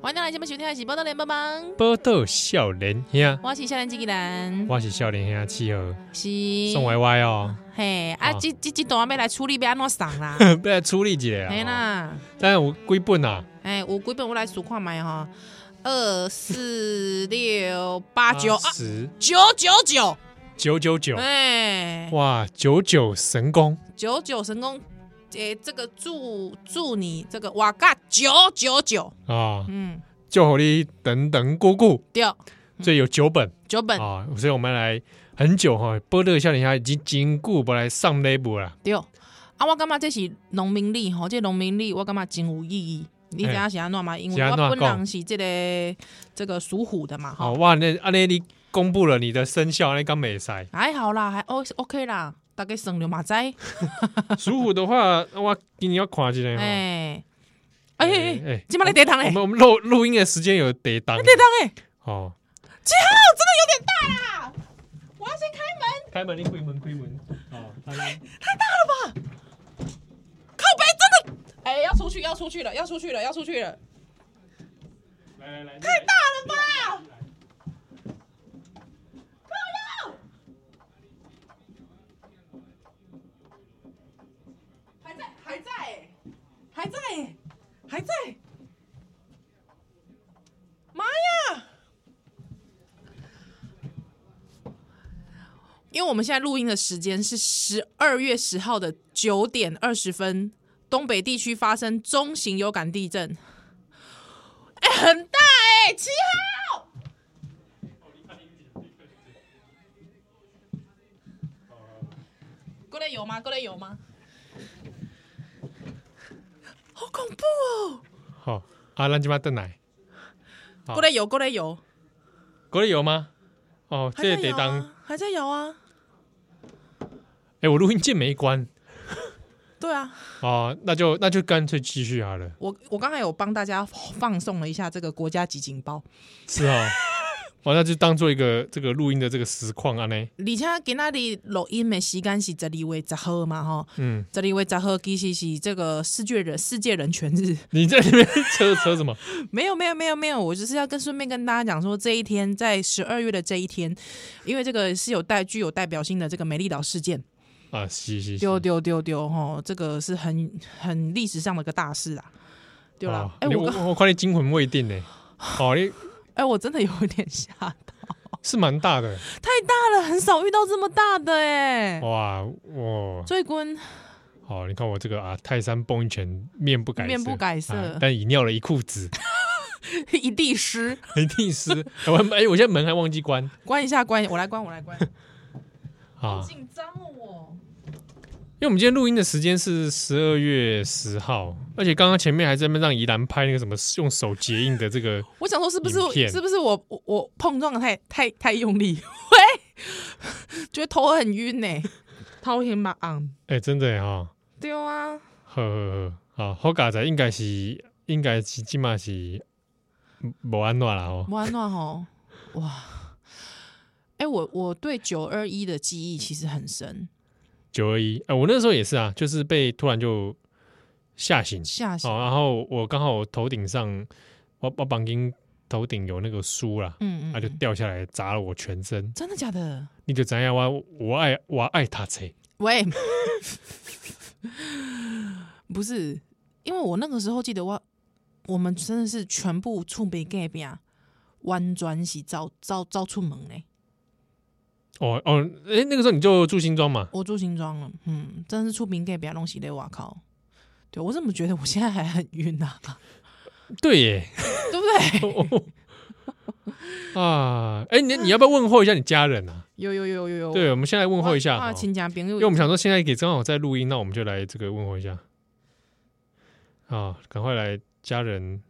欢迎大家来这边收听的是《报道联帮忙》，报道少年兄，我是夏兰吉吉兰，我是少年兄七号是宋歪歪 哦，嘿啊，哦这这这段要来处理要安怎送啦？不要处理一下嘿啊。啦，但是我几本啊，哎，有几本我来数看卖哈，二四六八九啊，十九九九，九九九，哎，哇，九九神功，九九神功，哎，这个祝祝你这个瓦嘎九九九，啊，嗯，就好你等等姑姑，对，嗯所以有九本九本啊，所以我们来很久哈，波特笑脸侠已经经过不来上 level 了，对。啊，我感觉这是农民历吼，这农民历我感觉真有意义。你知影是安怎嘛？因是为安我怎本讲人是这个这个属虎的嘛，好吼，，啊哇，那阿内你公布了你的生肖，那刚没塞 还好啦，还 O OK 啦，大概算了嘛知。属虎的话，我给你要看一下哦，哎哎哎哎，哎今麦来跌糖我嘞，们我们录录音的时间有 得当跌糖哎，哦。我要先开门，开门，你开门，开门。哦，靠背真的，哎，要出去，要出去了，要出去了，要出去了，来来来，太大了吧？还在，还在，还在，还在。 妈呀！因为我们现在录音的时间是十二月十号的九点二十分，东北地区发生中型有感地震，哎、很大哎、七号。过来有吗？过来有吗？好恐怖哦！好，啊，咱今麦等来，好过来有，过来有，国内有吗？哦，还这在得摇当。啊，还在摇啊，哎，我录音键没关对啊。哦，那就那就干脆继续好了。我我刚才有帮大家放送了一下这个国家级警报，是哦，哦，那就当做一个这个录音的这个实况啊呢。而且今仔日录音的时间是十二月十号嘛吼，嗯，十二月十号其实是这个世界人世界人权日，你在那边扯扯 什么？没有没有没有没有，我就是要跟顺便跟大家讲说，这一天在十二月的这一天，因为这个是有代具有代表性的这个美丽岛事件，啊，是是是。丢丢丢丢吼，这个是很很历史上的一个大事啊，对啦哦，哎、你我我刚我看你惊魂未 定呢。哦，你哎、我真的有点吓 到，是蛮大的太大了，很少遇到这么大的哎、哇哇！所以君好，你看我这个啊，泰山崩一拳，面不改色面不改色啊但已尿了一裤子， 一地湿，一定是。哎我哎，我现在门还忘记关关一下，关一下，我来关，我来关，好啊，紧张哦我。因为我们今天录音的时间是十二月十号，而且刚刚前面还在那边让宜兰拍那个什么用手结印的这个，我想说，是不是影片是不是我我我碰撞的太太太用力， 喂，觉得头很晕呢、头晕嘛昂，哎、真的哈，对啊，呵呵呵，啊，好嘎仔应该是应该是起码是无安暖啦哦，不安暖吼，哇，哎、我我对九二一的记忆其实很深，九二一，哎，我那时候也是啊，就是被突然就吓醒，吓死，好、然后我刚好我头顶上，我我绑筋头顶有那个书啦，嗯嗯，它、就嗯掉下来砸了我全身，真的假的？你就怎样我我爱我爱他车，喂， 不是，因为我那个时候记得我，我们真的是全部出门隔壁啊，弯转洗照照照出门嘞。哦哦，哎、那个时候你就住新庄嘛？我住新庄了，嗯，真的是出门隔壁啊，弄洗嘞，哇靠！对我怎么觉得我现在还很晕啊？ 对耶，对不对？ 哦啊，哎、你你要不要问候一下你家人啊？有有有有有，对，我们先来问我，候一下啊，哈，亲家朋因为我友，们想说现在也正好在录音，那我们就来这个问候一下啊，赶快来家人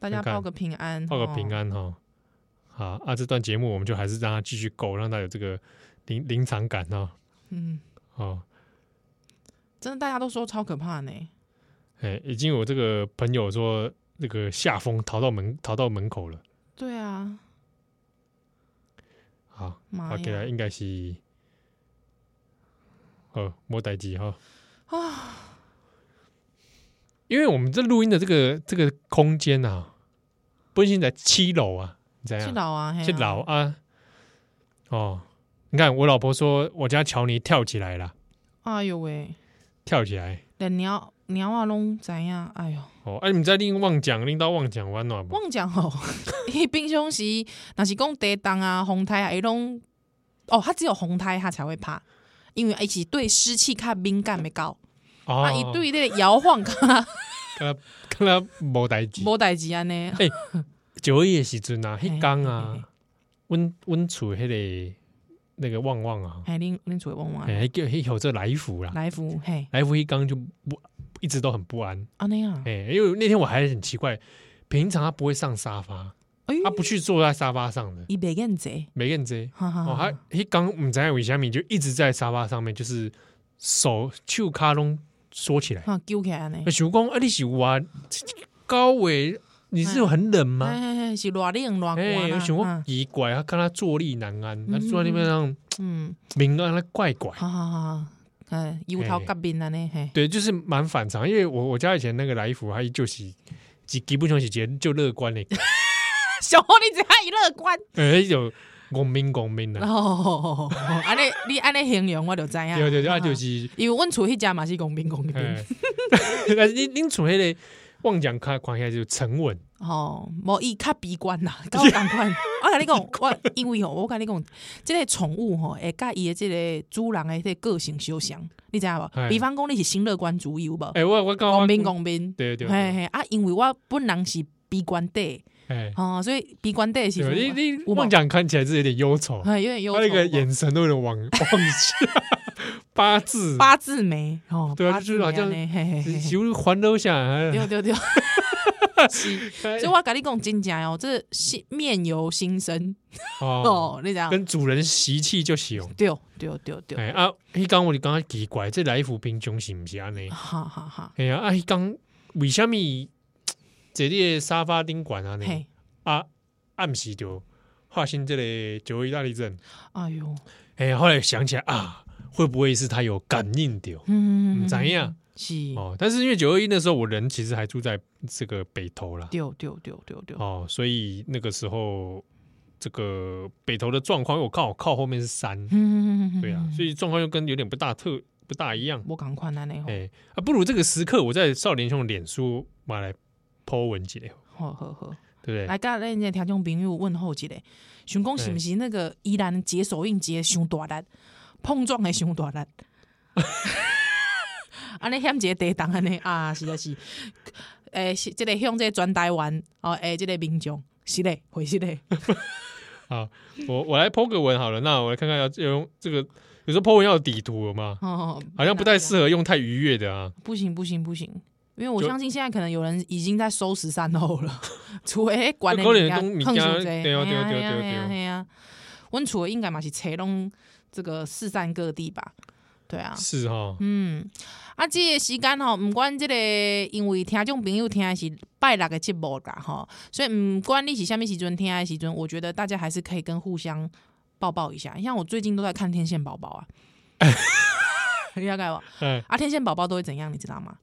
大家看看报个平安，报个平哦。安哈。好啊，这段节目我们就还是让它继续够，让它有这个临临场感哈。嗯，哦，真的大家都说超可怕呢。哎、已经有这个朋友说那个下风，逃到门逃到门口了。对啊，好，妈我给他呀！啊应该是，呃，莫代机哈啊，因为我们这录音的这个这个空间啊，本身在七楼啊，你怎去样？老啊，嘿啊七楼啊，哦，你看我老婆说我家乔尼跳起来了，哎呦喂，跳起来连鸟鸟啊拢知影，哎呦，哦，哎、你们在另妄讲，另到妄讲完暖不？忘讲吼， 伊平常时若是讲地动啊、风台啊，伊拢哦，它只有风台它才会怕，因为伊是对湿气较敏感的狗，哦啊，伊对那个摇晃较跟他跟他无代 志。无代志安尼，九月的时阵啊，嘿迄天嘿嘿啊，阮阮厝迄个那个旺旺啊，哎，恁恁做汪汪哎，叫迄叫做来福啦，来福嘿，来福迄刚就不一直都很不安，安尼啊，哎，因为那天我还很奇怪，平常他不会上沙发，哎呦他，啊不去坐在沙发上的，伊袂瘾坐，没认真。哈哈哦，哈，他迄刚唔知道为虾米就一直在沙发上面，就是手手卡拢缩起来。哈揪起来安尼那，想讲啊，你是有啊高伟，你是有很冷吗？哎哎哎，是热冷热哎、寒有想啊过啊，奇怪，他看他坐立难安，他坐在那边上嗯，明让他怪怪，好好好好，哎，油头革面安尼嘿，对，就是蛮反常。因为我我家以前那个来福，他就是基基本上是节就乐观的， 小红你只爱乐观。呃，有公民公民啊的，哦， 安尼你安尼形容我就知影。对对对，他就是，因为阮厝迄家嘛是公平啊公哎平，， 但是您您从迄个妄讲看看起来就沉稳，吼，无伊哦较悲观 啦，甲我共款。我甲你讲，我因为吼，我甲你讲，即个宠物吼，会甲伊的即个主人的即个个性相像，你知影无？哎比方讲你是新乐观主义有无？哦哎，我我刚公刚平公平，对对嘿对，嘿啊，因为我本人是悲观底哎，吼，所以悲观底的时对你阵，你有吗妄讲看起来是有点忧愁，哎，有点忧他愁。那个眼神都有点往往下八字，八字眉，吼，对啊八字就是好哎眉像安尼嘿嘿嘿嘿几乎环都下哎来了对对对，是，所以我跟你讲真正哦，这是面由心生哦，哦，你知道？跟主人习气就行。对对对对，哎啊，迄刚我就感觉奇怪，这来福平常是毋是安尼？哈哈哈，哎呀，啊，迄刚为什么坐你的沙发顶管安尼？嘿，啊，暗时就化身这个九意大利症。哎呦，哎，后来想起来啊，会不会是他有感应到？嗯嗯，怎？样？是，哦，但是因为九二一那时候我人其实还住在这个北投啦，对对对对对，哦，所以那个时候这个北投的状况，因为我刚好靠后面是山，嗯对啊，所以以状况又跟有点不大特不大一样。我赶快安尼哎、啊，不如这个时刻，我在少年兄的脸书嘛来 po 文几嘞，吼，好好好，对不对？来甲咱这听众朋友问候一下，想讲是毋是那个依然解手印结伤大力，碰撞的伤大力。 安尼险一个地动安尼啊，实在是，诶、是即、个向这个全台湾哦，诶、即、个民众是嘞，回是嘞，我我来 po 个文好了，那我来看看要要用这个，有时候 po 文要有底图了嘛，哦，好像不太适合用太愉悦的啊。不行不行不行，因为我就相信现在可能有人已经在收拾善后了， 除非管的就可能物讲物件件碰上这，对哦对嘿啊哦对哦对哦对哦嘿啊，阮厝的应该嘛是找拢这个四散各地吧，对啊，是哈，嗯，啊，即、个时间吼，毋管即、个，因为听众朋友听的是拜六个节目啦吼，所以毋管你是啥物时阵听的时阵，我觉得大家还是可以跟互相抱抱一下。像我最近都在看《天线宝宝》啊， 你了解无？哎，啊，天线宝宝都会怎样，你知道吗？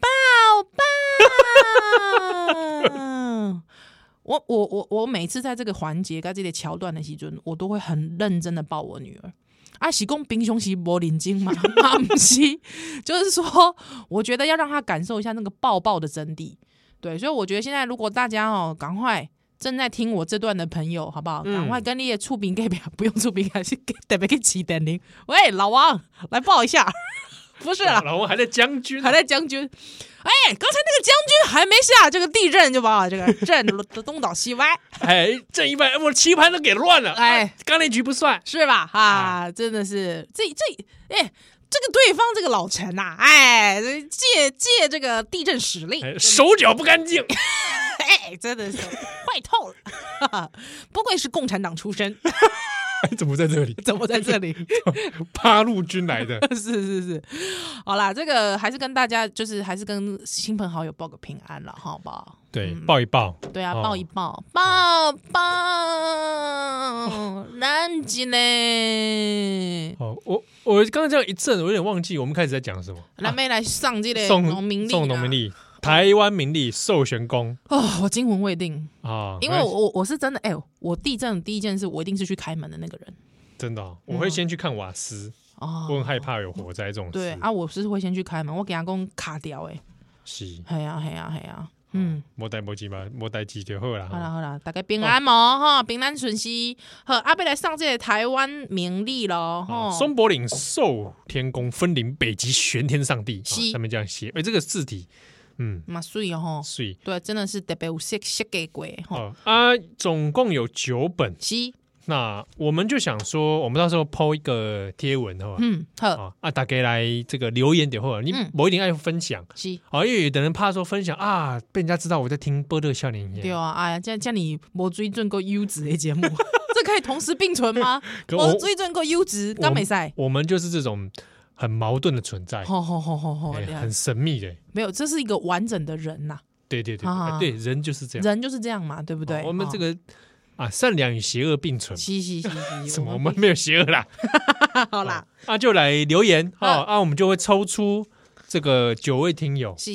抱抱。 我我我我每次在这个环节跟这个桥段的时阵，我都会很认真的抱我女儿。啊，是讲平胸是柏林经嘛， 啊不是，就是说，我觉得要让她感受一下那个抱抱的真谛。对，所以我觉得现在如果大家哦，赶快正在听我这段的朋友，好不好？嗯赶快跟你的触屏给表，不用触屏还是给特别给起点零。喂，老王来抱一下， 不是啦，老王还在将军啊，还在将军。哎，刚才那个将军还没下，这个地震就把我这个震得东倒西歪，哎，正一半，我棋盘都给乱了，哎哎，刚那局不算，是吧？啊，真的是这这哎。这个对方这个老陈呐、哎，借借这个地震使令，哎，手脚不 干净，哎，真的是坏透了。不愧是共产党出身，怎么在这里？怎么在这里？ 八路军来的，是是是，好啦，这个还是跟大家，就是还是跟亲朋好友报个平安了，好不好？对，抱一抱，对啊，哦抱一抱，抱 抱，南极嘞，哦，我我刚刚这样一阵，我有点忘记我们开始在讲什么。南妹来上这个啊送农民历啦，啊送农民历，台湾民历寿玄宫哦，我惊魂未定，啊，因没为关我系我我是真的，哎、我地震第一件事，我一定是去开门的那个人真的哦、我会先去看瓦斯，嗯我哦。很害怕有火灾这种事。对啊，我是会先去开门，我给阿公卡掉、欸，是，哎，嘿呀、啊，嘿呀、啊，嘿呀、啊，嗯。莫代莫急嘛，莫代急哦就好啦。好啦好啦，大家平安哦哈，平安顺息。好，阿贝来上这个台湾名利咯啊吼，松柏岭寿天宫分灵北极玄天上帝，是啊上面这样写。哎，这个字体，嗯，嘛水哦吼，所以对，真的是特别有设设计过吼，哦啊，总共有九本。是，那我们就想说，我们到时候抛一个贴文，好吧？嗯，好，啊啊，大家来这个留言点或者你嗯某一点爱分享。是，哦，因为有的人怕说分享啊，被人家知道我在听《波特笑年夜》。对啊，哎呀，这样这样你无水准够优质的节 目，这可以同时并存吗？可 我无水准够优质，刚没赛。我哎们就是这种很矛盾的存在，吼吼吼吼吼，哎对啊很神秘的。没有，这是一个完整的人呐，对对对，好好哎对人就是这样。人就是这样嘛，对不啊对？哦我们哦这，个啊，善良与邪恶并存。嘻嘻嘻嘻， 什么？我们没有邪恶啦。 好啦，啊，就来留言哦，嗯啊，我们就会抽出这个九位听友是，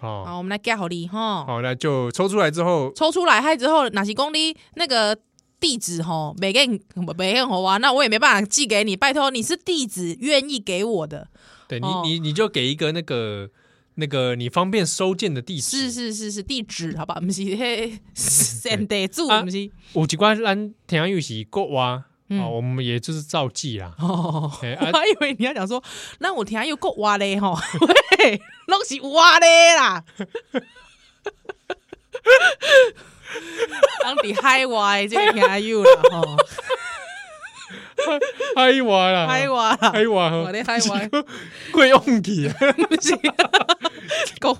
哦。好，我们来 get 好你吼。好，那就抽出来之后，抽出来，害之后哪些公里那个地址吼，没给你没给我啊，那我也没办法寄给你，拜托你是地址愿意给我的，对你哦你你就给一个那个那个你方便收件的地址是。是是是地址，好吧？不是嘿，先得住，不是有一关咱天阳玉是国哇嗯啊，我们也就是照记啦。哦。哎啊 我还以为你要讲说，那我听又够挖嘞吼，喂，拢是挖嘞啦，当底嗨歪这个听又啦吼，嗨哇啦，嗨歪 啦，嗨哇，我咧嗨哇，哎贵用起，不是，够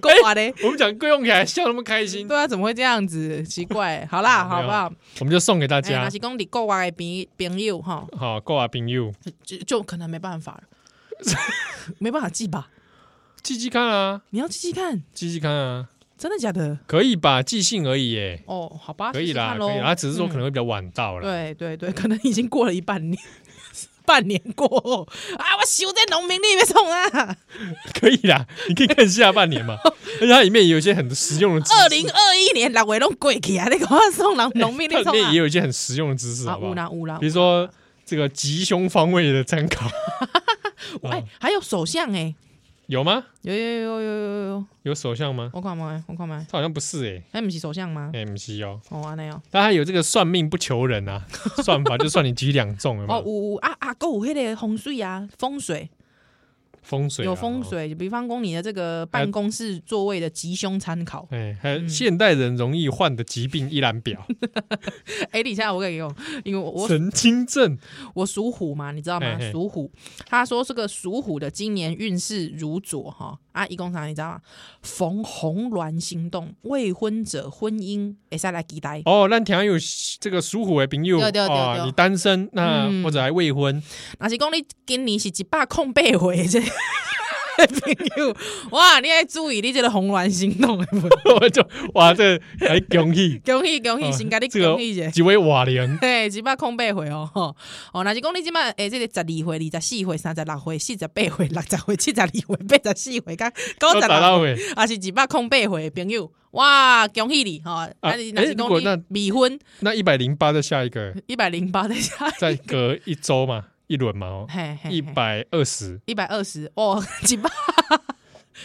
够挖嘞。 我们讲贵用起还笑那么开心，对啊，怎么会这样子？奇怪。好啦，没有好不好？我们就送给大哎，那家是讲你国外的朋朋友哈，好国啊朋友，就就可能没办法了，没办法寄吧？记记看啊，你要寄寄看，记记看啊，真的假的？可以吧？寄信而已耶，哦，好吧，可以啦，试试看咯可以啦，他啊只是说可、能会比较晚到嗯啦。对对对，可能已经过了一半 年。半年过后啊，我修在农民里面送 啊！可以啦， 你可以看下半 年嘛，而且它里面也有一些很实用的知识，二零二一年六月拢过去啊，你给我送人农民里它送里面也啊！有一些很实用的知识，啊，好不有好？啦有啦比，如说这个吉凶方位的参考哎、还有首相哎、有吗？有有有有有有有，有手相吗？我看麦，我看麦，它好像不是哎、哎，不是首相吗？欸，哎、不是哦，哦，安尼哦。但它有这个算命不求 人啊，算法就算你几两中了嘛哦，，有有啊啊，够有迄个风水啊，风水风水啊有风，哦水，就比方讲你的这个办公室座位的吉凶参考。哎、还嗯有现代人容易患的疾病一览表，哎、等一下我跟你讲，因为我我神经症我属虎嘛，你知道吗嘿嘿？属虎，他说这个属虎的今年运势如左哈啊，一共啥你知道吗？逢红鸾心动，未婚者婚姻会使来期待。哦。那条有这个属虎的朋友对对对对哦，你单身那、嗯或者还未婚， 若是讲你今年是一百空八岁这朋友，哇，你要注意你这个红鸾心动的部分，，我就哇，这个还恭喜 恭喜恭喜，哦先甲你这个恭喜一下。几位 瓦良嘿，一百空八岁哦，吼哦，若是讲你即摆诶，即个十二岁、二十四岁、三十六岁、四十八岁、六十岁、七十二岁、八十四岁，甲九都十打六到岁，尾，啊是一百空八岁的朋友，哇，恭喜你吼！啊，你若诶是如果那讲你未婚那一百零八再下一 个，一百零八的下，再隔一周嘛，一轮嘛哦， 嘿嘿，一百二十，一百二十哦，一百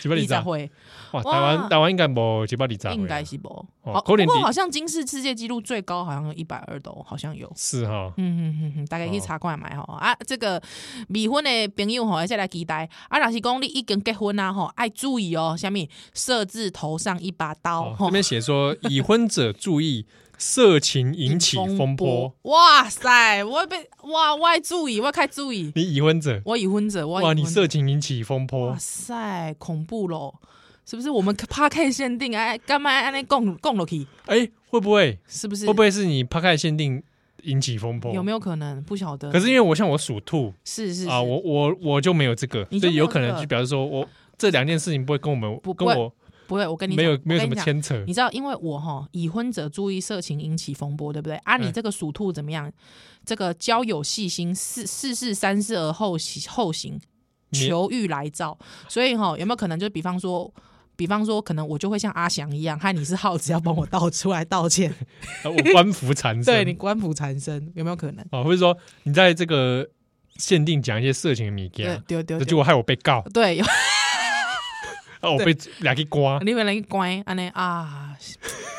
几百二里十长，岁哇，哇台湾台湾应该无几百里长，应该是无。啊哦好，可不能过你好像金氏世界纪录最高好像有一百二的哦，好像有。是哈，嗯嗯嗯嗯，大概哦去查看买吼、啊，这个未婚的朋友吼，会使来期待啊。若是讲你已经结婚啊吼，爱注意哦，下面设置头上一把刀哦吼，这边写说已婚者注意色情引起风波，。哇塞，我被哇，我爱注意，我开注意，你已婚者，我已婚者，我已哇，婚者你哦色情引起风波哇，塞，恐怖咯，是不是？我们 p a r k 限定哎，干嘛安尼讲讲落去？哎，会不会是不是？会不会是你拍开限定引起风波。有没有？有可能？不晓得。可是因为我像我属兔是是啊，是我我我就没有这个，你就所以没有有可能这就个表示说我这两件事情不会跟我们不跟不会我不会，我跟你没有讲没有什。我么跟你讲牵扯你知道，因为我哈已婚者注意色情引起风波，对不对？啊，嗯你这个属兔怎么样？这个交友细心，事事事三思而后喜后行，你求欲来照。所以哈，有没有可能就比方说，比方说，可能我就会像阿翔一样，害你是耗子，要帮我道出来道 歉，啊，我官服缠身。 对你官府缠身，有没有可能？啊，或者说你在这个限定讲一些色情的物对件，对对那结对，果害我被告，对，有啊，我被两个瓜。你们人乖，安尼啊，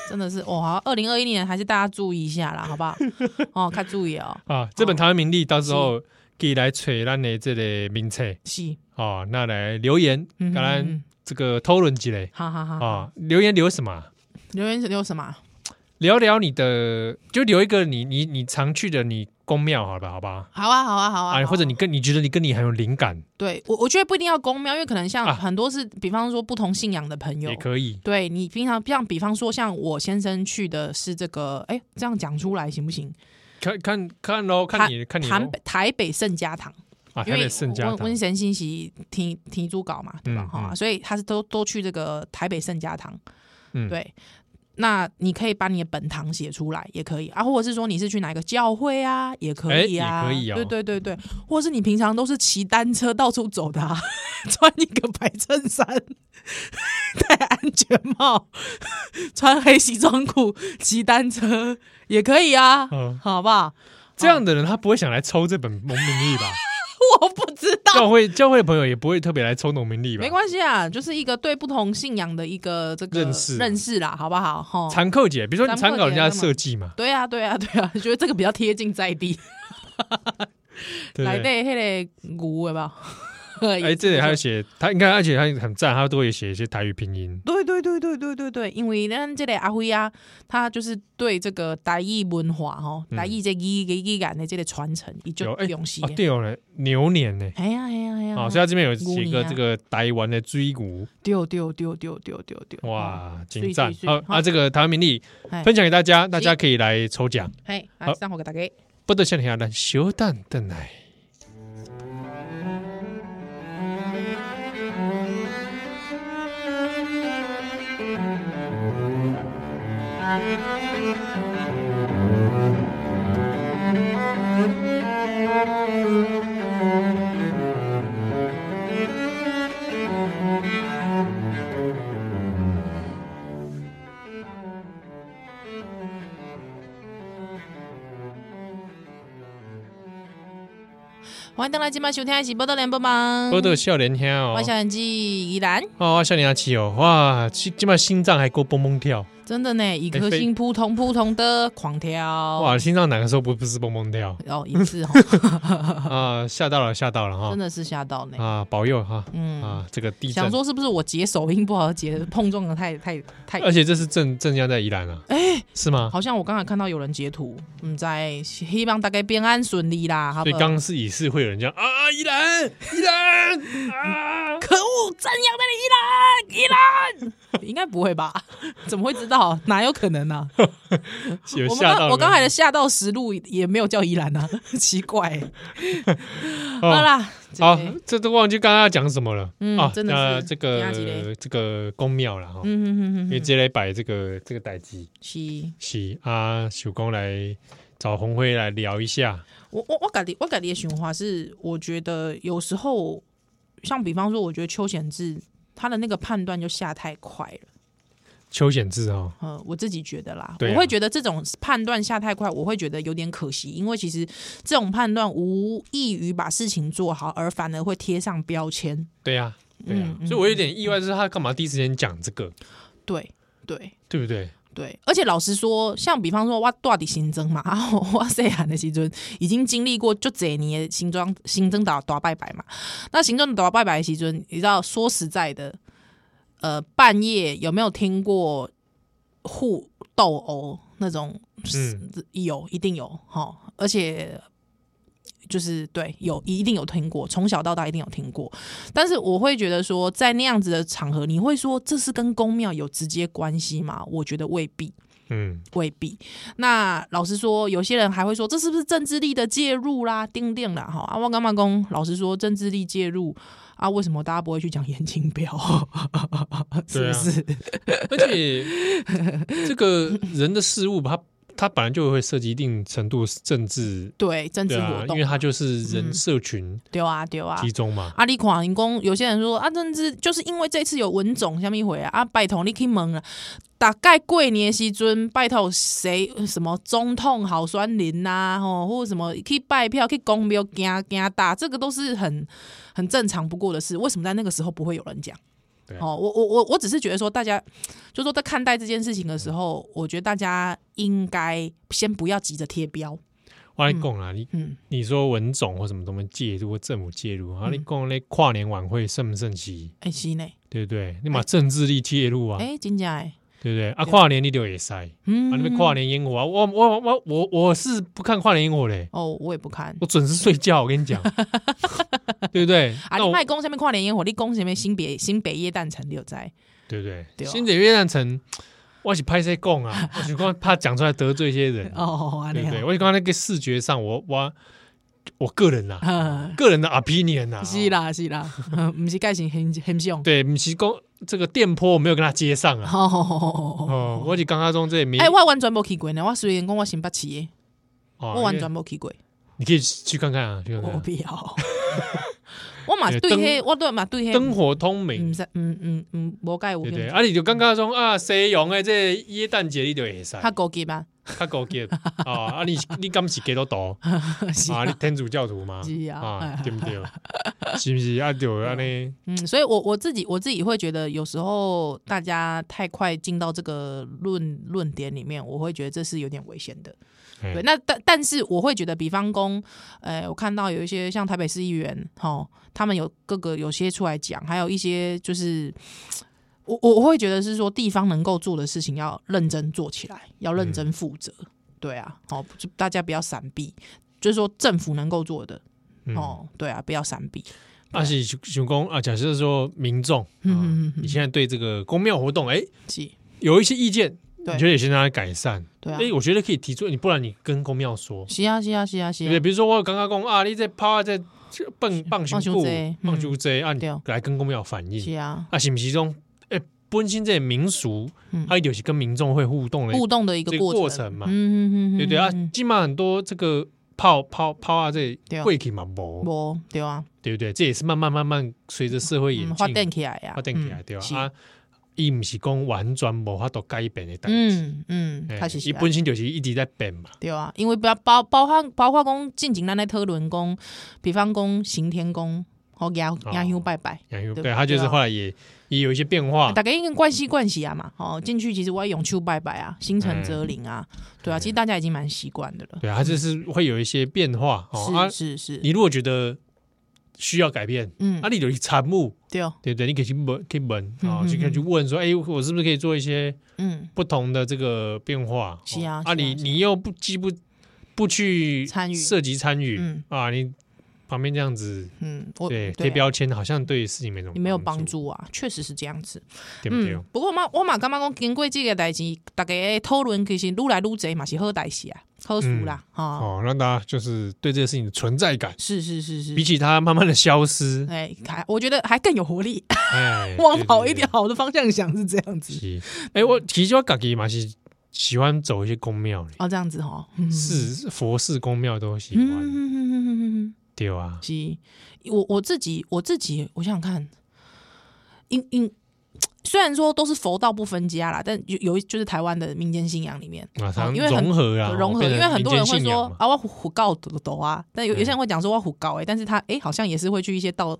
真的是哇！二零二一年还是大家注意一下啦，好不好？哦，看注意哦，啊，这本台湾名利到时候可以来找咱的这个名册是，啊，那来留言，嗯 跟咱嗯，这个讨论几类好好好，啊，留言留什么啊？留言留什么？聊聊你的，就留一个你你你常去的你宫庙，好吧，好吧，好啊，好啊，好啊，啊，好啊或者你跟你觉得你跟你很有灵感对我，我觉得不一定要公庙，因为可能啊像很多是，比方说不同信仰的朋友也，可以，对你平常像比方说像我先生去的是这个，哎，这样讲出来行不行？看看看喽，看你看你台咯北台北圣家堂。啊，台因为北圣家温堂温神信息提提主稿嘛，对吧？嗯哈、嗯所以他是都都去这个台北圣家堂，嗯对。那你可以把你的本堂写出来，也可以啊，或者是说你是去哪个教会啊，也可以啊，哎也可以哦对对对对，或者是你平常都是骑单车到处走的、啊， 穿一个白衬衫， 戴安全帽， 穿黑西装裤，骑单车也可以啊，嗯好不好？ 这样的人他不会想来抽这本农民历吧？ 我不知道，教会教会的朋友也不会特别来抽农民历吧？没关系啊，就是一个对不同信仰的一个这个认识认识啦，好不好？哈，参考姐，比如说你参考人家的参考节设计嘛，对啊，对啊，对 啊，觉得这个比较贴近在地，对不来对？那那个牛有没有？ 哎，这里还有写，他应该，而且他很赞，他都会写一些台语拼音。对对对对对对对，因为咱这个阿辉啊，他就是对这个台语文化吼，嗯台语这语语语感的这个传承，伊就有哎用心哦，。对哦，牛年呢？哎呀哎呀哎呀！啊，所以他这边有写啊一牛个年啊这个台湾的追鼓，丢丢丢丢丢丢丢！哦，哇，紧赞水水水啊啊！这个台湾名利哎分享给大家，大家可以来抽奖。嘿，好来上火给大家。不得向你下咱小蛋蛋来。欢迎登来今晚收听的是《波多连播忙》，不得笑脸兄嗯哦我，小眼记依然。哦，笑脸阿七哦，哇，今今晚心脏还够蹦蹦跳，真的呢，一颗飞心扑通扑通的狂跳。哎哇，心脏哪个时候不不是蹦 蹦跳哦，也是 哦，啊？吓到了，吓到了哈真！的是吓到呢。啊，保佑哈！嗯，啊，这个地震想，说是不是我解手音不好解，碰撞的太太太，而且这是正正要在宜兰啊，哎，是吗？好像我刚才看到有人截图，嗯，在希望大家平安顺利啦，好所不以好？刚刚是也是会有人这样啊，宜兰，宜兰啊， 可恶，真阳在你一兰一兰， 应该不会吧？怎么会知道？哪有可能呢、啊？有我们吓到刚人我刚才的吓到实录也没有叫依兰啊， 奇怪、哦好啦，这好个，这都忘记刚刚要讲什么了。嗯啊，真的是那这今仔日个这个公庙了哈，嗯哼哼因哼为哼，这来摆这个这个代机是。是啊，手工来找红辉来聊一下。我我我感觉我感觉的想法是，我觉得有时候，像比方说，我觉得邱显志他的那个判断就下太快了。邱显志哦，呃，我自己觉得啦，对啊我会觉得这种判断下太快，我会觉得有点可惜，因为其实这种判断无异于把事情做好，而反而会贴上标签。对呀，对呀嗯，嗯所以我有点意外，就是他干嘛第一时间讲这个，对对对不对？对，而且老实说，像比方说我到底新增嘛， 啊，我我细汉的时阵已经经历过就这年的新装新增打打拜拜嘛。那新增打拜拜的时阵，你知道说实在的，呃，半夜有没有听过互斗殴那种？嗯有，一定有哈，而且。就是对，有一定有听过，从小到大一定有听过。但是我会觉得说，在那样子的场合，你会说这是跟公庙有直接关系吗？我觉得未必。 嗯，未必。那老实说，有些人还会说，这是不是政治力的介入啦？定定啦，哈啊！我干嘛公？老实说，政治力介入啊，为什么大家不会去讲严清 标？是不啊是？而且这个人的事物吧，它它本来就会涉及一定程度政治，对，政对治啊活，因动为它就是人社群丢啊丢啊！集中嘛。啊，你看，因讲有些人说啊，政治就是因为这次有文总下面回啊，啊，拜托你去问啊，大概过年的时阵，拜托谁什么总统好酸林呐、吼，或者什么去拜票去公庙行行打，这个都是很很正常不过的事。为什么在那个时候不会有人讲对？啊哦，我我我我只是觉得说，大家就说在看待这件事情的时候，我觉得大家应该先不要急着贴标，我来讲啦，你嗯，你说文总或什么东西介入或政府介入，啊，嗯你讲那跨年晚会盛不盛起，哎、是呢，对不对？你把政治力介入啊，哎、真的哎，对不对？啊，对跨年你就也塞，啊，嗯，那边跨年烟火啊，我我我我我是不看跨年烟火嘞，哦，我也不看。我准时睡觉，我跟 你讲，对不对？啊，那你我卖公下面跨年烟火，你公下面新北新北耶诞城你有在？对不对？对啊新北越南城，我是拍谁供啊？我是光怕讲出来得罪一些人，哦， 啊对不对？我是刚那个视觉上，我我我 个人呐，啊，个人的 opinion 呐，是啦是啦，不是盖型很很 凶。啊对，不是讲这个电波我没有跟他接上啊。哦，哦，我是刚刚从这里没，哎，我完全没去过呢，我虽然讲我新北市的，哦我完，因全为没去过，你可以去看看啊，去看我看不 要。我嘛对对灯黑，我对嘛对黑，灯火通嗯明，嗯嗯嗯，无盖有对不兴对？趣。啊，你就刚刚说啊，西洋的这个耶诞节你 就会使，他高级吧？较高级啊，啊你你敢是基督徒？ 是啊，啊你天主教徒吗？是啊啊 哎，对不对？是不是啊？就 安尼，嗯，所以我我自己我自己会觉得，有时候大家太快进到这个论论点里面，我会觉得这是有点危险的。嘿对，那但但是我会觉得，比方公，呃，我看到有一些像台北市议员，哈，他们有各个有些出来讲，还有一些就是，我我我会觉得是说地方能够做的事情要认真做起来，要认真负责，对啊，哦，就大家不要闪避，就是说政府能够做的，嗯哦，对啊，不要闪避，啊是想讲啊，假设说民众，嗯嗯，你现在对这个公庙活动，哎，是，有一些意见，对你觉得有些拿来改善，对啊，哎，我觉得可以提出，你不然你跟公庙说，是啊，是啊，是啊，是对不对？啊，比如说我刚刚讲啊，你这趴在蹦棒球棒球鼓节棒球这啊，你对哦来跟公庙反是映，啊，啊，是不是中？哎，本身这个民俗嗯，它就是跟民众会互动的互动的一这个个过过程，程嘛，嗯嗯嗯，对对啊嗯，起码很多这个泡泡泡啊，这对啊贵气嘛无，无对啊，对不对？这也是慢慢慢慢随着社会演嗯进，发展起来呀，发展起来，对啊吧？是啊，伊毋是讲完全无法度改变的代志，嗯嗯，哎确实是伊啊本身就是一直在变嘛，对啊，因为包包包括包括讲进前咱咧讨论讲，比方讲行天宫，吼牙哦牙香拜拜，然后对对，他就是对啊后来也也有一些变化，大家已经惯习惯习啊嘛，哦进去其实我也永秋拜拜啊，心诚则灵啊，对啊，其实大家已经蛮习惯的了，嗯对啊，他就是会有一些变化哦。啊，是是是，你如果觉得需要改变，嗯啊，你有去参悟，对哦，对不对？你可以去问，可以问嗯啊，嗯就可以去嗯问说，哎，我是不是可以做一些嗯，不同的这个变化。是啊哦是啊啊你是啊你又不既不不去参与涉及参与，嗯啊，你旁边这样子，嗯，我对对贴啊标签，好像对事情没什么你没有帮帮，助啊，确实是这样子。对不对？嗯、不过嘛，我嘛感觉讲经过这个代志，大家的讨论其实愈来愈侪嘛是好代志啊，好事啦，哈、哦，让大家就是对这个事情的存在感，是是是是比。起它慢慢的消失，哎，还我觉得还更有活力，，哎 往好一点好的方向想是这样对。子。对对是，哎，我其实我自己嘛是喜欢走一些宫庙的，哦，这样子哈，是佛寺宫庙都喜嗯欢，嗯，对啊，是，我我自己我自己，我想想看，因因虽然说都是佛道不分家啦，但有有一就是台湾的民间信仰里面，啊，哦常因为很融合啊，融合，变因成为很民多间人会信仰说嘛啊，我虎虎告抖抖啊，但有有些人会讲说我虎告哎，但是他哎、好像也是会去一些道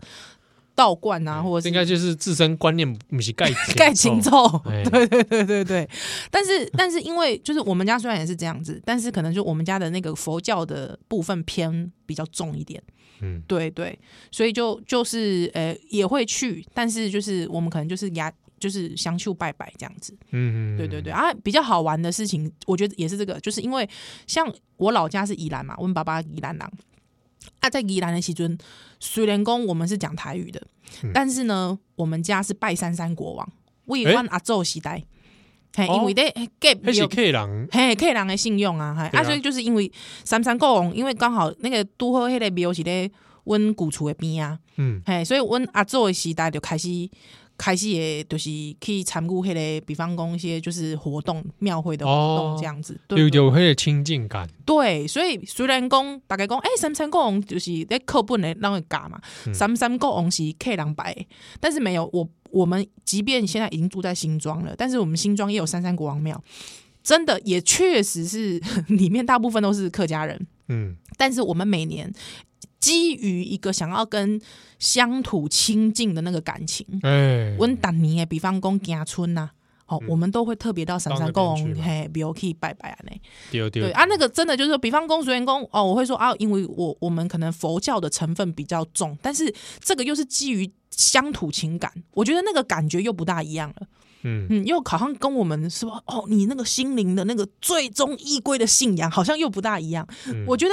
道观啊，或嗯这者应是该就是自身观念不是盖 盖情奏，咒，哎 对对对对对。但是但是因为就是我们家虽然也是这样子，但是可能就我们家的那个佛教的部分偏比较重一点，嗯，对对，所以就就是呃也会去，但是就是我们可能就是牙就是相处拜拜这样子。嗯，嗯对对对，啊，比较好玩的事情，我觉得也是这个，就是因为像我老家是宜兰嘛，我们爸爸宜兰人啊，在宜兰的时尊虽然公我们是讲台嗯语的，但是呢，我们家是拜三山国王，为诶万阿宙时代，嘿，哦因为咧 gap 有黑是 K 狼，嘿，客人的信用啊，嘿，对啊啊，所以就是因为三三够红，因为刚好那个拄好迄个庙是咧阮旧厝的边啊，嗯，嘿，所以阮阿祖的时代就开始开始的，就是去参与迄个，比方讲一些就是活动庙会的活哦动这样子，有对对有黑的亲近感，对，所以虽然讲大概讲，诶、三三够红就是咧课本咧让人教嘛，嗯三三够红是客人摆的，但是没有我我们即便现在已经住在新庄了，但是我们新庄也有三山国王庙。真的也确实是 里面大部分都是客家人，嗯，但是我们每年基于一个想要跟乡土亲近的那个感情，哎，温达尼诶，比方讲行村呐、哦，我们都会特别到三山嗯到公那边去嘛嘿，比如去拜拜啊呢。丢丢对啊，那个真的就是，比方公虽然公哦，我会说啊，因为我我们可能佛教的成分比较重，但是这个又是基于乡土情感，我觉得那个感觉又不大一样了。嗯，嗯，又好像跟我们是吧？哦，你那个心灵的那个最终依归的信仰，好像又不大一样。嗯我觉得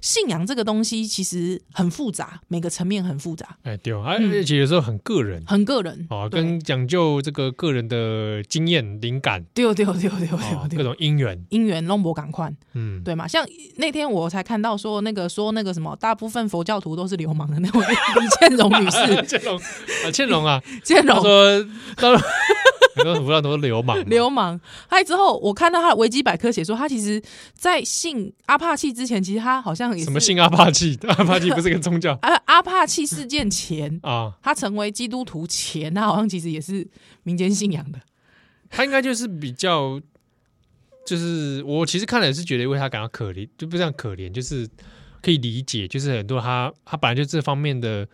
信仰这个东西其实很复杂，每个层面很复杂，哎丢，啊而且有时候很个人。很个人。哦，嗯对跟讲究这个个人的经验、灵感，对对对对哦对各对，种因缘，因缘弄博赶快。嗯，对嘛？像那天我才看到说那个说那个什么，大部分佛教徒都是流氓的那位李倩蓉 女士，倩龙啊，倩龙啊，倩他蓉说，他说， 很多不道都是流氓嘛，啊流氓。还之后我看到她的维基百科写说，她其实在信阿帕契之前，其实她好像也是什么信阿帕契， 阿帕契不是个宗教 阿阿帕契事件前，啊，她成为基督徒前，她好像其实也是民间信仰的。他应该就是比较，就是我其实看了也是觉得为他感到可怜，就不是这样可怜，就是可以理解，就是很多他他本来就这方面的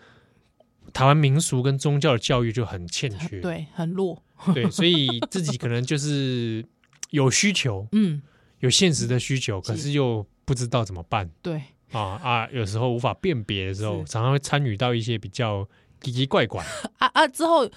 台湾民俗跟宗教的教育就很欠 缺，对，很弱。对，所以自己可能就是有需求，嗯，有现实的 需求，可是又不知道怎么办。对，啊啊，有时候无法辨别的时候，是常常会参与到一些比较奇奇怪怪。啊啊，之后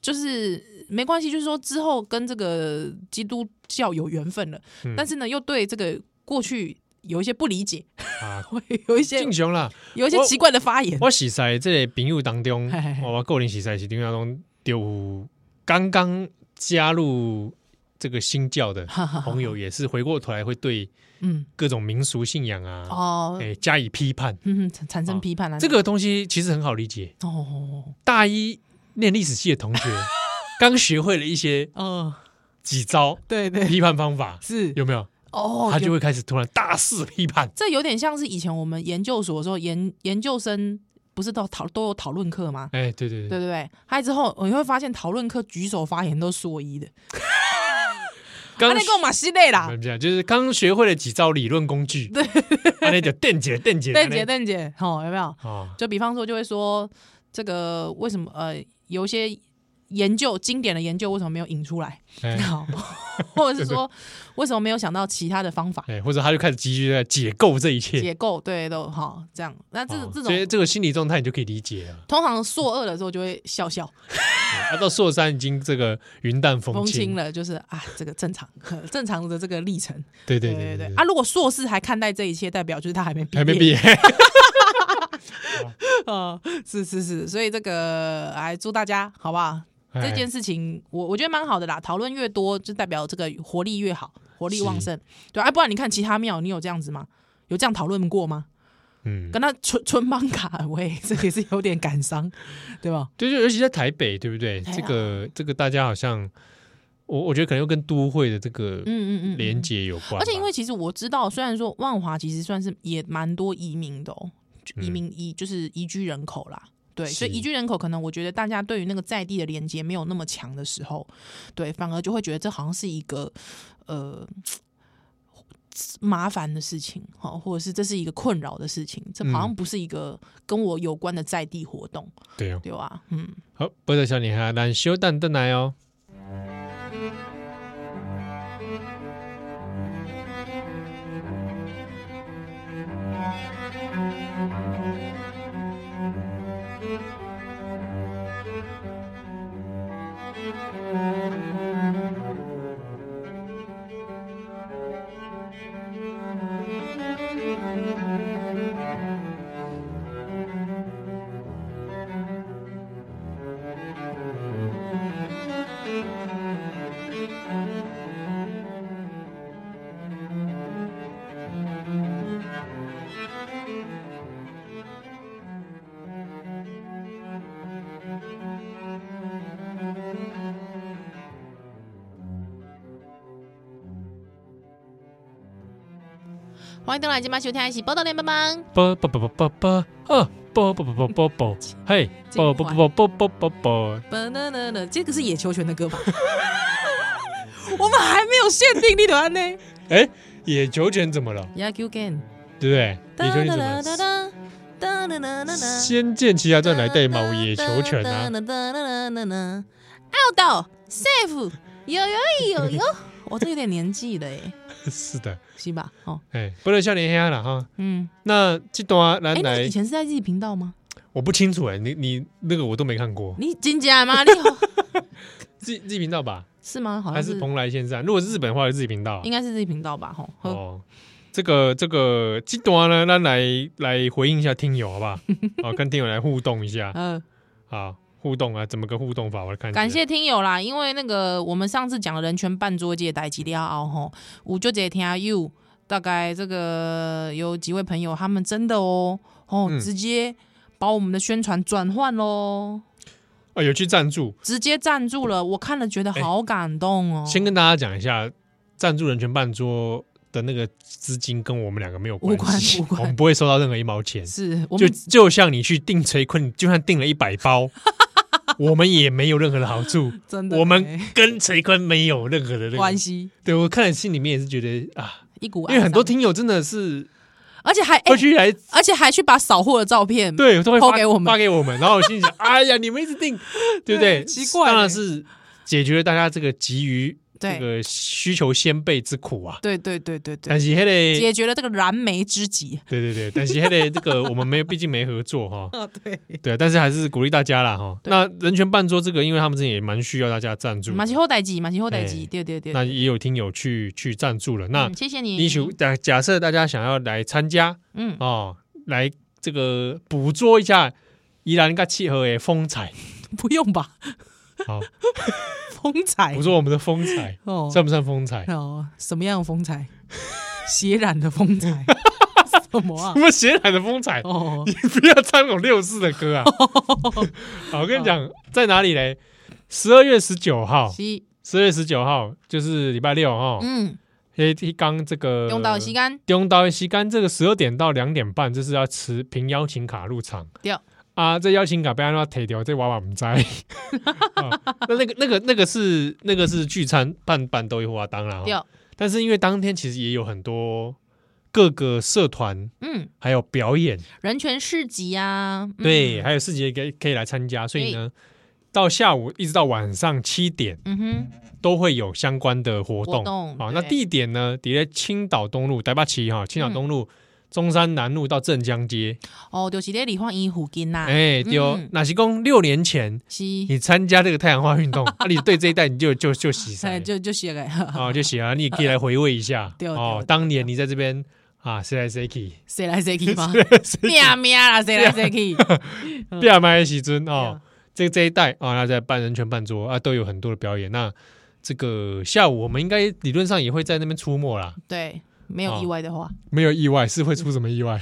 就是没关系，就是说之后跟这个基督教有缘分了，嗯但是呢，又对这个过去有一些不理解， 啊，会有一些敬雄啦，有一些我奇怪的发言。我洗在这个朋友当中嘿嘿，嘿我哦个人洗在是朋友当中有刚刚加入这个新教的朋友，也是回过头来会对嗯，各种民俗信仰啊，哦，哎加以批判。嗯，产产哦生批判了、这个东西其实很好理解，哦，大一念历史系的同 学刚学会了一些哦，几招对对批判方法，是有没有？哦，他就有会开始突然大肆批判。这有点像是以前我们研究所的时候，研研究生不是都讨都有讨论课吗？哎，对对对对，对对，还之后你会发现讨论课举手发言都是蓑衣的，刚啊那你跟我马西累啦，怎么讲？就是刚学会了几招理论工具，对，那就电解 电解邓姐邓姐，哦，有没有？啊，就比方说，就会说这个为什么呃，有一些研究经典的研究为什么没有引出来，哎 好，或者是 说为什么没有想到其他的方法哎，或者他就开始继续在解构这一切，结构，对，都好这样。那这哦这所以种这个心理状态你就可以理解了。通常硕二的时候就会笑笑他到硕三已经这个云淡 风风轻轻，了，就是啊，这个正常正常的这个历程，对对对对对对对。啊，如果硕士还看待这一切，代表就是他还没毕业，还没毕业， 啊，是是是，所以这个哎，祝大家好不好？哎这件事情，我我觉得蛮好的啦。讨论越多，就代表这个活力越好，活力旺盛。对，哎、不然你看其他庙，你有这样子吗？有这样讨论过吗？嗯，跟他春春帮卡，喂， 这也是有点感伤，对吧？对，就尤其在台北，对不对？哎呀这个这个大家好像，我我觉得可能又跟都会的这个嗯嗯嗯，连接有关吧，而且因为其实我知道，虽然说万华其实算是也蛮多移民的哦，就移民移、就是移居人口啦。对，嗯是所以移居人口可能我觉得大家对于那个在地的连接没有那么强的时候，对，反而就会觉得这好像是一个呃麻烦的事情，好，或者是这是一个困扰的事情，这好嗯像不是一个跟我有关的在地活动，对哦。对吧？嗯，好，波特小女孩，咱小蛋蛋来哦。啊！欢迎登来今晚收听一起报道连帮忙。啵啵啵啵啵啵，啊，啵啵啵啵啵啵，嘿，啵啵啵啵啵啵啵啵， banana，这个是野球拳的歌吧？ 我们还没有限定你的安呢。哎，野球拳怎么了？野球拳，对不对？野球拳怎么了？《仙剑奇侠传》来代毛野球拳啊！啊！奥斗 safe，有有有有， 我这有点年纪了哎，是的，是吧？哦，哎，不能笑脸黑了哈。嗯，那这段来哎，来你以，前是在自己频道吗？我不清楚哎，你你那个我都没看过，你真假吗？你自己自己频道吧， 是吗？好还像是是，蓬莱仙山？如果是日本的话，是自己频道啊应。该是自己频道吧？吼，呵哦，这个这个这段呢，咱来来回应一下听友好不好？好，跟听友来互动一下呃，啊，互动啊，怎么个互动法？我来看一下。感谢听友啦，因为那个我们上次讲了人权半桌界代志了后吼，我就直接听 you，大概这个有几位朋友他们真的哦哦、嗯直接把我们的宣传转换喽，啊，有去赞助，直接赞助了，我看了觉得好感动哦。哎先跟大家讲一下，赞助人权办桌的那个资金跟我们两个没有系，无关无关我们不会收到任何一毛钱。是我就们就像你去订锤坤，就算订了一百 包，我们也没有任何的好处，真的我们没跟锤坤没有任何的那关个。系对我看了心里面也是觉得啊，一股，因为很多，听友真的是而且还、哎会去来而且还去把扫货的照片，对，都会发嗯抛给我们发给我们。然后 我心里想，哎呀，你们一直定，对不对？对奇怪当然嘞是解决了大家这个急于对这个需求先辈之苦啊。对对对对对，但是那个，解决了这个燃眉之急。对 对对，但是那个这个我们没，毕竟没合作哈。啊，对，对，但是还是鼓励大家啦哈。对那人权办桌这个，因为他们之前也蛮需要大家赞助，马西后代机，马西后代机，哎对对对。那也有听友去去赞助了。那嗯谢谢你，你许假假设大家想要来参加嗯，哦，来这个捕捉一下宜兰跟契合的风采，不用吧， 好，风采捕捉我们的风采。哦算不算风采？哦，什么样的风 采？血染的风采，什么啊什？么血海的风采？哦，你不要唱那种六四的歌 啊！好，我跟你讲，在哪里嘞？十二月十九号，是，十二月十九号就是礼拜六哈。嗯，黑黑刚这个用到吸干，东岛西干这个十二点到两点半，就是要持凭邀请卡入场。对啊，这邀请卡被安娜提掉，这娃娃唔知。 哦那那个那个那个是那个是聚餐办办都一花当然哦对，但是因为当天其实也有很多各个社团嗯，还有表演，人权市集啊，嗯对，，还有四节可以可以来参加，所以呢，到下午一直到晚上七点嗯哼，都会有相关的活动。活动好，对那地点呢？底在青岛东路、台北旗哈，青岛东路、嗯中山南路到镇江街。哦，就是在里换衣服巾呐，哎，对哦嗯，那是讲六年前是，你参加这个太阳花 运动，那你对这一代你就就就喜哎，晒， 就就写个 啊就喜啊，你也可以来回味一下对哦对哦对哦当年你在这边啊，谁来谁去，谁来谁 去吗？喵喵啦，啊谁来谁去？嗯不要买喜尊对哦啊。这这一代啊，那在办人权办桌啊，都有很多的表演。那这个下午我们应该理论上也会在那边出没啦，对，没哦有意外的话，没有意外是会出什么意 外？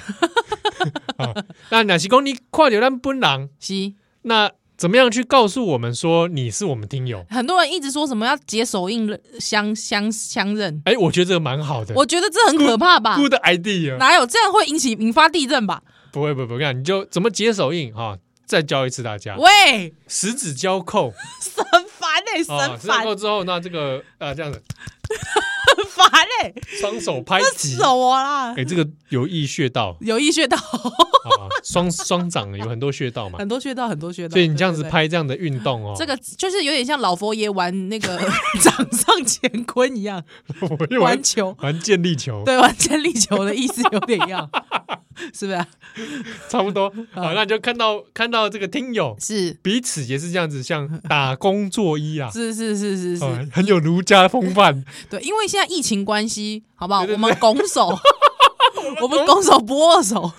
啊，那哪西公你跨流咱本人，是。那怎么样去告诉我们说你是我们听友？很多人一直说什么要解手印相相相认，哎，我觉得这个蛮好的我觉得这很可怕吧？ ，good idea。哪有这样会引起引发地震吧？不会不会不会，我跟你讲你就怎么解手印啊？再教一次大家，喂，十指交扣神烦哎、欸，啊，神十指交烦，扣之后，那这个啊这样子，很烦哎、欸，双手拍击，手啊啦哎、，这个有益穴道有意穴道，啊，双双掌有很多穴道嘛，很多穴道，很多穴道，所以你这样 子对。拍这样的运动哦，对对这个就是有点像老佛爷玩那个 掌上乾坤一 样，个 我又玩玩球，玩健力球，对，玩千里球的意思有点一样， 是不是啊、差不多。嗯好，那你就看到看到这个听友是彼此也是这样子，像打工作揖啊，是是是是是，啊，很有儒家风范。 对，因为现在疫情关系，好不好？对对我们拱 手，我们拱手不握啊手，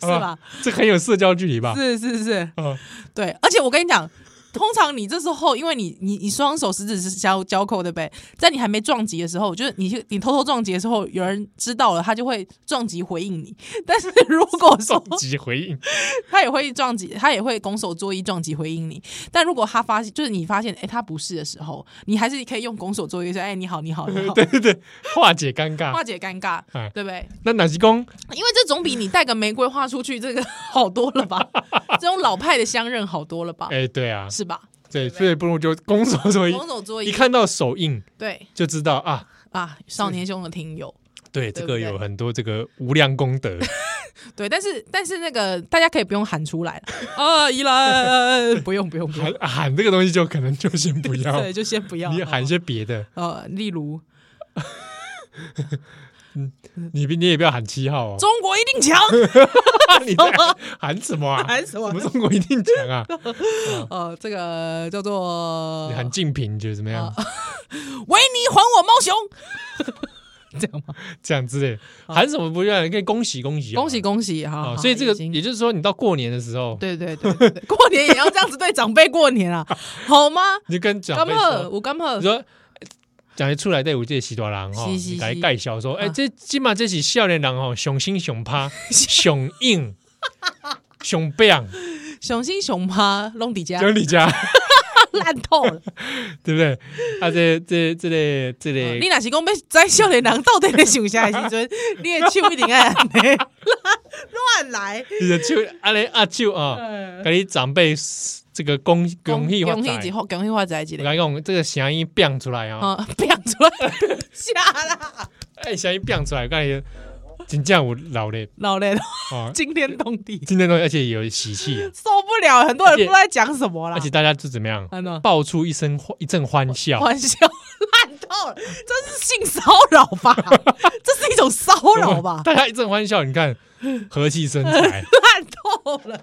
是吧？这很有社交距离吧？是是是，啊，对。而且我跟你讲，通常你这时候，因为你你你双手食指是交交扣对不对？在你还没撞击的时候，就是你去你偷偷撞击的时候，有人知道了，他就会撞击回应你。 但是如果说撞击回应， 他也会撞击，他也会拱手作揖撞击回应你。但如果他发现，就是你发现，哎、他不是的时候，你还是可以用拱手作揖说，哎、你好，你好， 你好，化解尴尬化。解啊尴尬，哎对不对？那哪是公因为这总比你带个玫瑰花出去这个好多了 吧？这种老派的相认好多了吧？哎、对啊，是吧？对，对不对所以不如就拱手作揖拱，手作一揖，看到手印对就知道啊，啊，少年兄的听友，对，对这不个对有很多这个无量功 德，对，但是但是那个大家可以不用喊出 来了啊，依兰，不用不用不喊用，喊这个东西就可能就先不要，对，就先不要你喊一些别的，呃，例如你你也不要喊七号哦，中国一定 强，你在喊喊什么啊？喊什么我？们中国一定强 啊！呃，这个叫做你喊竞品，你觉得怎么样？哦维尼还我猫熊，这样吗？这样之类，喊什么不让？可以恭喜恭喜啊，哦恭喜恭喜哈！啊！好所以这个已经也就是说，你到过年的时候，对对对对，对过年也要这样子对长辈过年 啊，好吗？你就跟长干辈贺，说，我干贺你，说讲得出来对我这喜多郎哈是是，哦你来是介绍说，哎，啊这起码这是少年郎哦，雄心 雄趴，雄硬。雄棒，雄心雄趴，弄底家就你家， 烂透了。对不对？啊，这这这类这呃类你，若是讲要在少年人到底咧想啥的时 阵，你的手一定爱安尼乱来。你的手，阿嘞阿手啊，呃 给你长辈这个恭恭喜发恭喜财一，后，恭喜发财一我个。跟你讲，这个声音变出来啊！啊，变出来，吓啦！哎，声音变出来，我感觉真正有老嘞老嘞，！啊惊天动地，今天东西而且有喜气啊，受不了，很多人不知而且道在讲什么啦而。且大家就怎么样，安诺，爆出一声欢一阵欢笑。？玩笑烂透了，这是性骚扰吧？这是一种骚扰吧。大家一阵欢笑，你看和气生财 烂透了，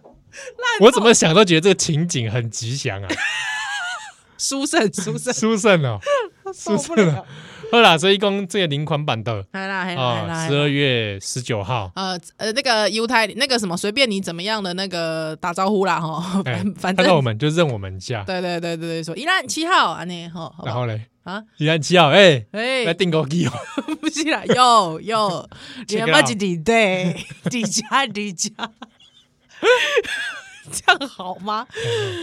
我怎么想都觉得这个情景很吉 祥啊，书圣书 圣，殊胜哦，受殊不胜了哦。。好啦，所以讲这个零款版的来啦来啦来啦啊，！十二月十九号，呃呃，那个犹太那个什么，随便你怎么样的那个打招呼啦哈，哎反反看到我正们就认我们一下，对对对对对，说依兰七号啊你吼，好不然好后嘞， 啊依然七号，哎，哎来，订购机哦， 不是啦，哟哟，你 Check 们不 it 是你 对，啊底家底家，这样好吗？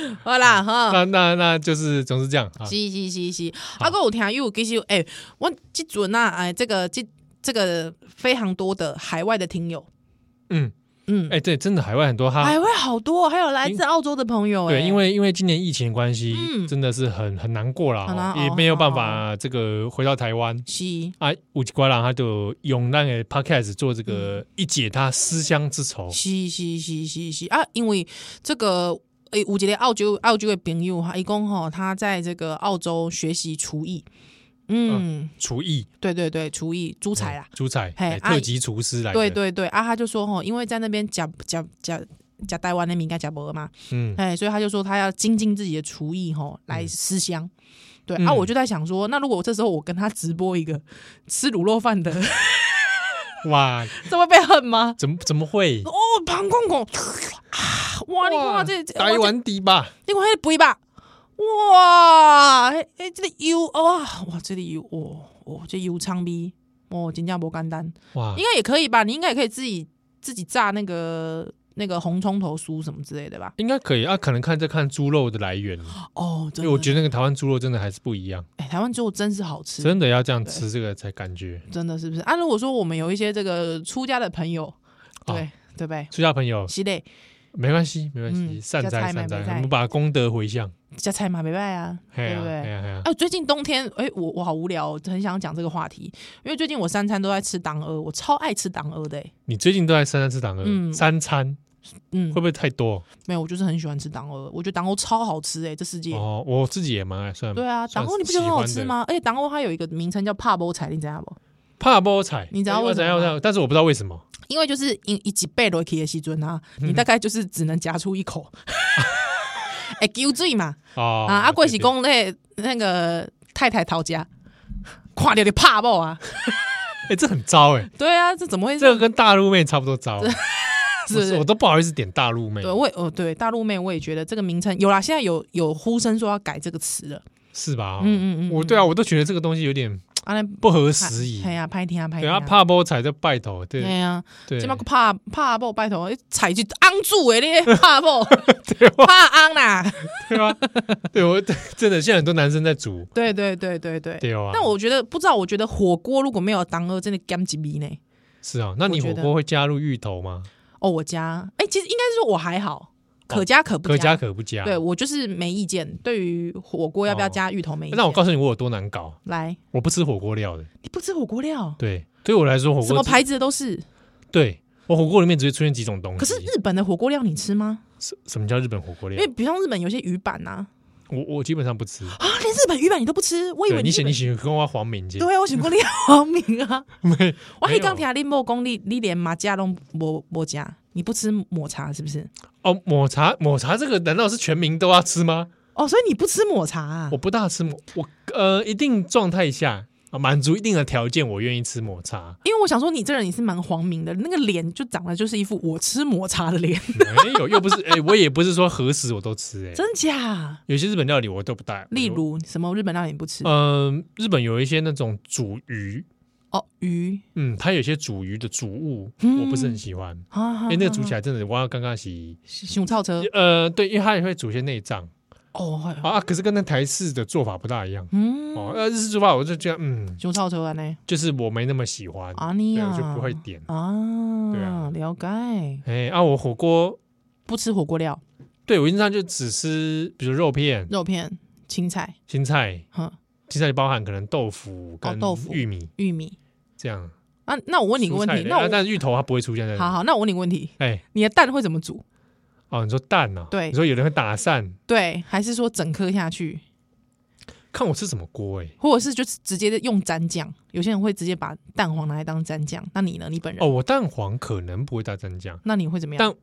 嗯好啦哈，那那那就是总是这样啊。嗯是是是是，啊，我有听因为有其实诶、欸我即阵啊，哎，这个这这个非常多的海外的听友，嗯，嗯，哎，对，真的海外很多哈海，外好多，还有来自澳洲的朋友、欸，对，因为因为今年疫情的关系嗯，真的是很很难过啦很难哦，熬也没有办很法这个回到台湾是啊。五吉瓜郎他就用那个 podcast 做这嗯个一解他思乡之愁，是是是是是啊，因为这个诶、有一个澳洲澳洲的朋友哈，一共吼他在这个澳洲学习厨艺，嗯厨艺对对对，厨艺猪才啦，，主宰，嘿哎啊特级厨师来的，对对对啊，他就说吼，因为在那边讲讲讲讲台湾那边应该讲博嘛，嗯，哎，所以他就说他要精进自己的厨艺吼，来思乡。对啊，嗯我就在想说，那如果我这时候我跟他直播一个吃卤肉饭的， 哇，这会被恨吗？怎么怎么会？哦，庞公公，啊，哇，你看这这台湾底吧，你看迄个肥肉，哇，迄迄这个油哇哇，这个油哇哇，这油葱味，哦，真正无简单，哇应，该也可以吧？你应该也可以自己自己炸那个那个红葱头酥什么之类的吧？应该可以啊，可能看在看猪肉的来源，哦，真的，因为我觉得那个台湾猪肉真的还是不一样，哎、台湾猪肉真是好吃，真真的要这样吃这个才感觉。的是不是？啊，如果说我们有一些这个出家的朋友，啊对、对不对？出家朋友，是嘞，没关系，没关系，嗯善加菜哉善买哉买，菜我们把功德回向，加菜嘛，没拜啊，嘿对呀不对嘿？啊呀嘿呀，哎、最近冬天，哎、我我好无聊哦，很想讲这个话题，因为最近我三餐都在吃党鹅，我超爱吃党鹅的、哎你最近都在三餐吃党鹅，嗯三餐嗯会，不会太多？没有，我就是很喜欢吃党鹅，我觉得党鹅超好吃哎、这世界。哦，我自己也蛮爱算，对啊，算党是欧你不觉得很好吃喜欢的吗？而且党欧它有一个名称叫帕波菜，你知道不？怕菠菜，你知道为什么吗哎我知道但是我不知道为什么，因为就是一一几倍落去的时阵啊，嗯你大概就是只能夹出一 口，哎，丢嘴嘛哦啊！阿贵对是对公那那个太太逃家，看掉你帕波啊！哎，这很糟哎， 对啊，这怎么会这个跟大陆妹差不多糟， 是不我是我？都不好意思点大陆妹对，，我也哦，对，大陆妹我也觉得这个名称有啦，现在有有呼声说要改这个词了。是吧？嗯嗯嗯嗯我对啊，我都觉得这个东西有点啊，那不合时宜。哎呀，拍天啊，拍嗯对天啊，怕波踩在拜头，哎对呀，对这，么怕怕爆拜托，踩去昂住诶，你 怕 爆怕昂啦。对啊，对我 真的现在很多男生在煮，对对对对对。对啊。但我觉得不知道，我觉得火锅如果没有当二，真的干几逼呢？是啊，那你我觉火得锅会加入芋头吗？哦，我家哎，其实应该是说我还好，可加可不哦可加可不加。对我就是没意见，对于火锅要不要加芋头没意见。哦欸那我告诉你，我有多难搞，来，我不吃火锅料的。你不吃火锅料，对，对我来说，火锅嗯什么只牌子的都是。对我火锅里面只会出现几种东西。可是日本的火锅料你吃吗？什什么叫日本火锅因料为？比方日本有些鱼板呐，我我基本上不吃。啊，连日本鱼板你都不吃，我以对为你日喜本你喜欢跟我黄敏姐，对啊，我想讲你黄明啊， 没我没还有刚听你某讲你你连麻酱都无无食，你不吃抹茶是不是？哦，抹茶抹茶这个难道是全民都要吃吗？哦，所以你不吃抹茶啊我？不大吃抹，我呃一定状态下啊满足一定的条件，我愿意吃抹 茶。因为我想说你这人也是蛮黄明的，那个脸就长得就是一副我吃抹茶的脸，没有，又不是哎、我也不是说何时我都吃哎、真假？有些日本料理我都不带，例如什么日本料理你不吃？嗯、日本有一些那种煮鱼，哦，鱼嗯，它有些煮鱼的煮物，嗯我不是很喜欢。啊，哎、那个煮起来来真的，我要刚刚洗，熊超车呃，对，因为它也会煮一些内脏哦，哎啊，可是跟那台式的做法不大一样嗯，哦。呃，日式做法我就觉得，嗯，熊超车啊呢？就是我没那么喜欢，啊你对，啊我就不会点。对啊啊，了解，哎、啊，我火锅，不吃火锅料、对我印象就只吃，比如肉片、肉片、青菜、青菜，哼青菜里包含可能豆腐跟哦豆腐玉米玉米这样。啊。那我问你个问蔬菜题，类那啊我但是芋头它不会出现在。好，好，那我问你个问题，哎，你的蛋会怎么煮？哦，你说蛋呢？对你说有人会打散，对，还是说整颗下去，看我吃什么锅哎。或者是就是直接用蘸酱？有些人会直接把蛋黄拿来当蘸酱。那你呢？你本人？哦，我蛋黄可能不会打蘸酱，那你会怎么样？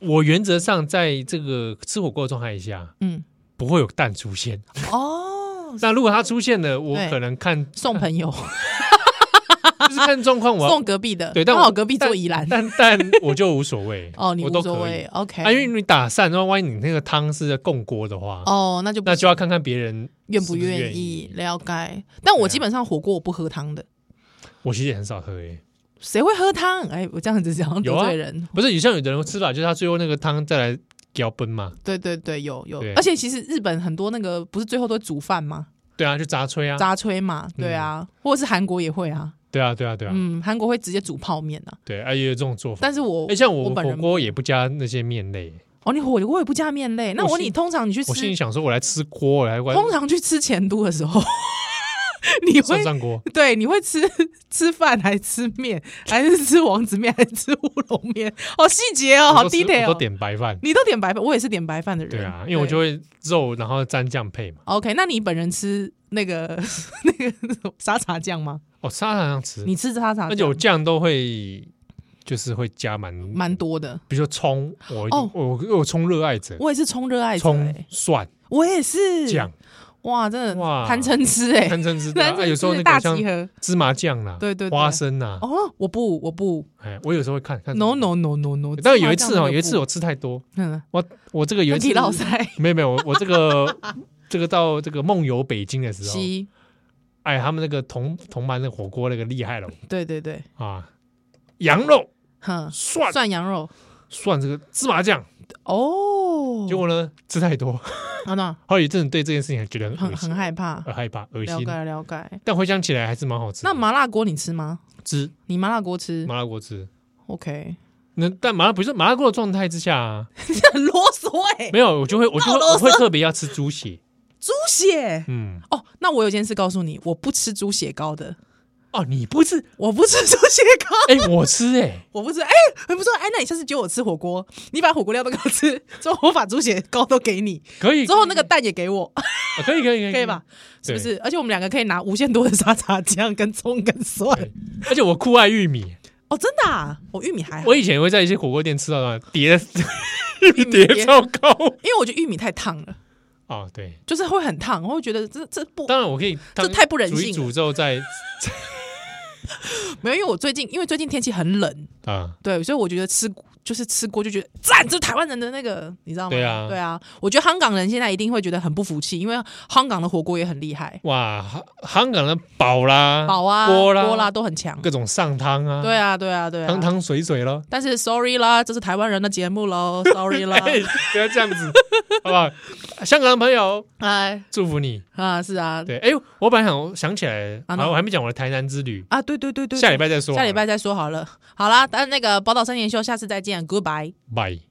但我原则上在这个吃火锅的状态下嗯，不会有蛋出现。 哦，那如果它出现了，我对可能看 送朋友，就是看状况，我要送隔壁的，对但刚我好隔壁但做宜兰。但但我就无所谓 哦，你我无都可以所谓，OK。啊，因为你打散，然后万一你那个汤是共锅的话，哦，那就不那就要看看别人愿是不不是愿愿意意了解。但我对啊基本上火锅我不喝汤的，我其实也很少喝诶，谁会喝汤？哎，我这样子讲有得啊罪人。不是，有像有的人吃法就是他最后那个汤再来浇崩嘛，对对对，有有对，而且其实日本很多那个不是最后都会煮饭吗？对啊，就杂炊啊，炸炊嘛，对啊，或者是韩国也会啊，对啊，对啊，对啊，嗯，韩国会直接煮泡面啊。对啊，也有这种做法。但是我哎，像我我本火人锅也不加那些面类，哦，你火锅也不加面类，那我我问你心通常你去我心里吃，想说，我来吃锅，我来玩通常去吃前都的时候， 你涮会涮锅，对你会吃吃饭还是吃面，还是吃王子面还是吃乌龙面？好细节哦，我好都吃 detail 我哦都。点白饭，你都点白饭，我也是点白饭的人。对啊，因为我就嗯对会肉，然后蘸酱配嘛。 OK。那你本人吃那个 那个那种沙茶酱吗？哦，沙拉上吃，你吃沙茶酱，而且我酱都会，就是会加蛮蛮多的。比如说葱，我一定哦我我我葱热爱者，我也是冲热爱者、葱欸，蒜我也是酱，哇，真的哇贪嗔痴哎、欸，堪称 之大。贪啊嗔有时候痴那大个像集合。芝麻酱啦，对对对花生呐，哦，我不，我不哎，我有时候会看看什，no 么 no no no no。但有一次哦，有一次我我吃太多，嗯，我我这个有一次体老塞没有没有，我我这个 这个到这个梦游北京的时候，西，哎，他们那个同同班的火锅那个厉害了对对对，啊，羊肉哼，蒜涮羊肉蒜这个芝麻酱，哦，结果呢吃太多， 啊那后来有一阵子对这件事情觉得很很恶很心，害怕，很害怕恶了心解，了解。但回想起来还是蛮好吃的。那嗯麻辣锅你吃吗？吃你麻辣锅吃麻辣锅吃。 ？OK， 那但麻辣不是麻辣锅的状态之下、啊，很啰嗦哎、没有，我就会我就会好啰嗦我会特别要吃 猪血，猪血嗯，哦，那我有件事告诉你，我不吃猪血糕的，哦，你不吃， 我不吃猪血糕，哎、我吃、哎，我不吃。哎、很不错，哎，那你下次约我吃火锅，你把火锅料都给我吃， 之后我把猪血糕都给你，可以，之后那个蛋也给我，啊可以可以可以可以吧？？是对不是？而且我们两个可以拿无限多的沙茶酱跟葱跟蒜对。而且我酷爱玉米，哦，真的、啊，我、玉米还好，我以前也会在一些火锅店吃到那 碟玉米碟碟超高因为我觉得玉米太烫了，啊、哦，对，就是会很烫，我会觉得这这不当然我可以，当太不人性煮一了煮之后再没有，因为我最近因为最近天气很冷，啊， 对，所以我觉得吃就是吃过就觉得赞，这是台湾人的那个，你知道吗？对啊对啊，我觉得香港人现在一定会觉得很不服气，因为香港的火锅也很厉害，哇，哈香港的煲啦、煲啊、锅啦、都很强。各种上汤啊，对啊，对啊，对汤啊。汤水水咯。但是 sorry 啦，这是台湾人的节目喽，sorry 啦，哎，不要这样子， 好不好？香港的朋友，哎祝福你。啊，是啊，对，哎，我本来想想起来，啊好，那我还没讲我的台南之旅，啊，对对对对，下礼拜再说。啊下礼拜再说好了。好啦，但那个宝岛三年秀，下次再见，Goodbye。拜。